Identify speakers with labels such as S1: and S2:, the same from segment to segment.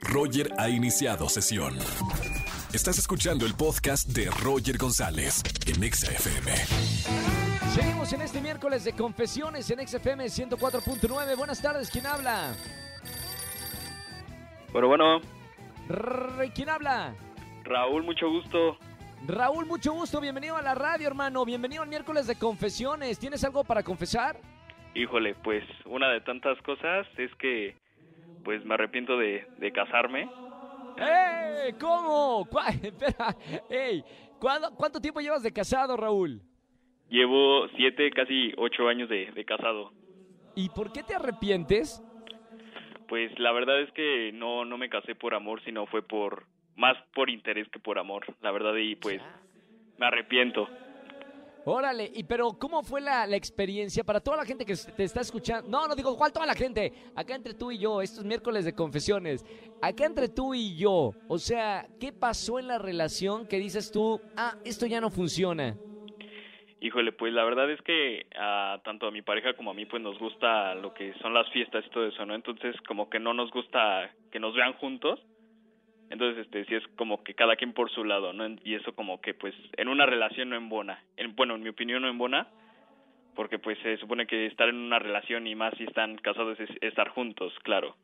S1: Roger ha iniciado sesión. Estás escuchando el podcast de Roger González en Exa FM.
S2: Seguimos en este miércoles de confesiones en XFM 104.9. Buenas tardes, ¿quién habla?
S3: Bueno, bueno,
S2: Rrr, ¿Quién habla?
S3: Raúl, mucho gusto.
S2: Raúl, mucho gusto, bienvenido a la radio, hermano. Bienvenido al miércoles de confesiones. ¿Tienes algo para confesar?
S3: Híjole, pues una de tantas cosas es que pues me arrepiento de, de casarme.
S2: ¡Eh! ¿Cómo? ¿Cuá- Espera, ey, ¿cuándo- ¿cuánto tiempo llevas de casado, Raúl?
S3: Llevo siete, casi ocho años de, de casado.
S2: ¿Y por qué te arrepientes?
S3: Pues la verdad es que no, no me casé por amor, sino fue por más por interés que por amor. La verdad y pues me arrepiento.
S2: Órale, y pero ¿cómo fue la, la experiencia para toda la gente que te está escuchando? No, no digo, ¿cuál toda la gente? Acá entre tú y yo, estos miércoles de confesiones, acá entre tú y yo, o sea, ¿qué pasó en la relación que dices tú, ah, esto ya no funciona?
S3: Híjole, pues la verdad es que a, tanto a mi pareja como a mí pues nos gusta lo que son las fiestas y todo eso, ¿no? Entonces como que no nos gusta que nos vean juntos. Entonces, este, sí es como que cada quien por su lado, ¿no? Y eso como que pues en una relación no embona. En, bueno, en mi opinión no embona, porque pues se supone que estar en una relación y más si están casados es estar juntos, claro.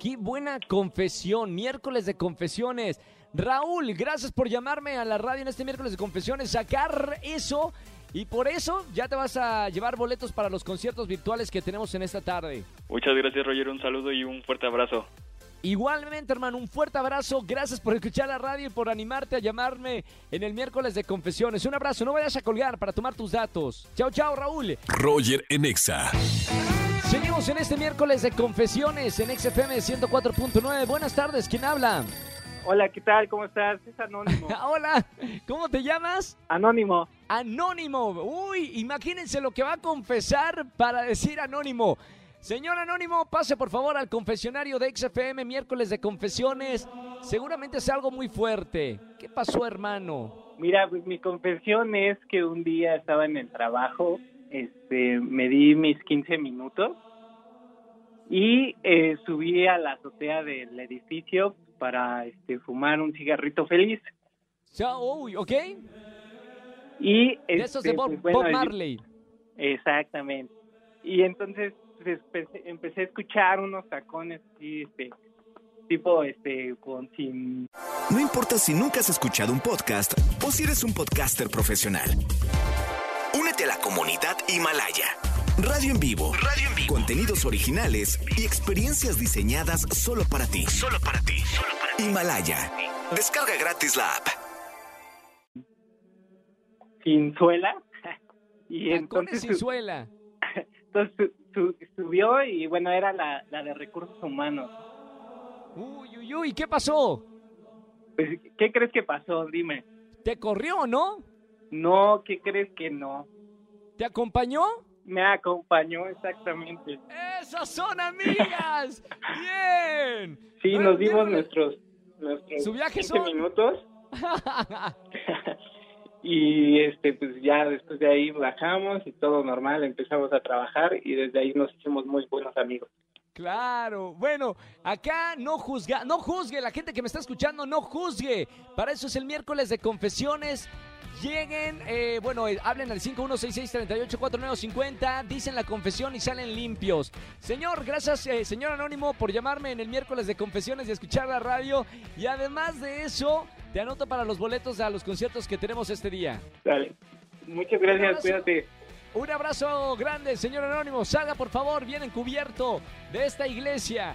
S2: Qué buena confesión, miércoles de confesiones. Raúl, gracias por llamarme a la radio en este miércoles de confesiones, sacar eso y por eso ya te vas a llevar boletos para los conciertos virtuales que tenemos en esta tarde.
S3: Muchas gracias Roger, un saludo y un fuerte abrazo.
S2: Igualmente, hermano, un fuerte abrazo. Gracias por escuchar la radio y por animarte a llamarme en el miércoles de confesiones. Un abrazo, no vayas a colgar para tomar tus datos. Chao, chao, Raúl.
S1: Roger en Exa.
S2: Seguimos en este miércoles de confesiones en XFM 104.9. Buenas tardes, ¿quién habla?
S4: Hola, ¿qué tal? ¿Cómo estás? Es Anónimo.
S2: Ah, Hola, ¿cómo te llamas?
S4: Anónimo.
S2: Anónimo. Uy, imagínense lo que va a confesar para decir Anónimo. Señor Anónimo, pase por favor al confesionario de XFM miércoles de confesiones. Seguramente es algo muy fuerte. ¿Qué pasó, hermano?
S4: Mira, pues mi confesión es que un día estaba en el trabajo, este, me di mis 15 minutos y eh, subí a la azotea del edificio para este, fumar un cigarrito feliz.
S2: Ya, uy, ok.
S4: Y
S2: De
S4: este,
S2: esos de Bob,
S4: pues, bueno,
S2: Bob
S4: el-
S2: Marley.
S4: Exactamente. Y entonces pues, empecé, empecé a escuchar unos tacones así, este, tipo este, con sin
S5: No importa si nunca has escuchado un podcast o si eres un podcaster profesional. Únete a la comunidad Himalaya. Radio en vivo. Radio en vivo. Contenidos originales y experiencias diseñadas solo para ti. Solo para ti. Solo para ti. Himalaya. Descarga gratis la app.
S4: sin suela. y
S2: Tacones
S4: entonces,
S2: sin
S4: su-
S2: suela.
S4: entonces su- su- subió y bueno, era la, la de recursos humanos.
S2: Uy, uy, uy, ¿qué pasó?
S4: Pues, ¿Qué crees que pasó? Dime.
S2: ¿Te corrió, no?
S4: No, ¿qué crees que no?
S2: ¿Te acompañó?
S4: Me acompañó exactamente.
S2: ¡Esas son amigas! ¡Bien!
S4: Sí,
S2: Bueno,
S4: nos dimos
S2: miércoles-
S4: nuestros, nuestros
S2: Su viaje
S4: 15
S2: son.
S4: minutos y este pues ya después de ahí bajamos y todo normal, empezamos a trabajar y desde ahí nos hicimos muy buenos amigos.
S2: Claro, bueno, acá no juzga, no juzgue, la gente que me está escuchando no juzgue. Para eso es el miércoles de confesiones. Lleguen, eh, bueno, eh, hablen al 5166-384950, dicen la confesión y salen limpios. Señor, gracias, eh, señor Anónimo, por llamarme en el miércoles de confesiones y escuchar la radio. Y además de eso, te anoto para los boletos a los conciertos que tenemos este día.
S4: Dale. Muchas
S2: Un
S4: gracias,
S2: abrazo.
S4: cuídate.
S2: Un abrazo grande, señor Anónimo. Salga, por favor, bien encubierto de esta iglesia.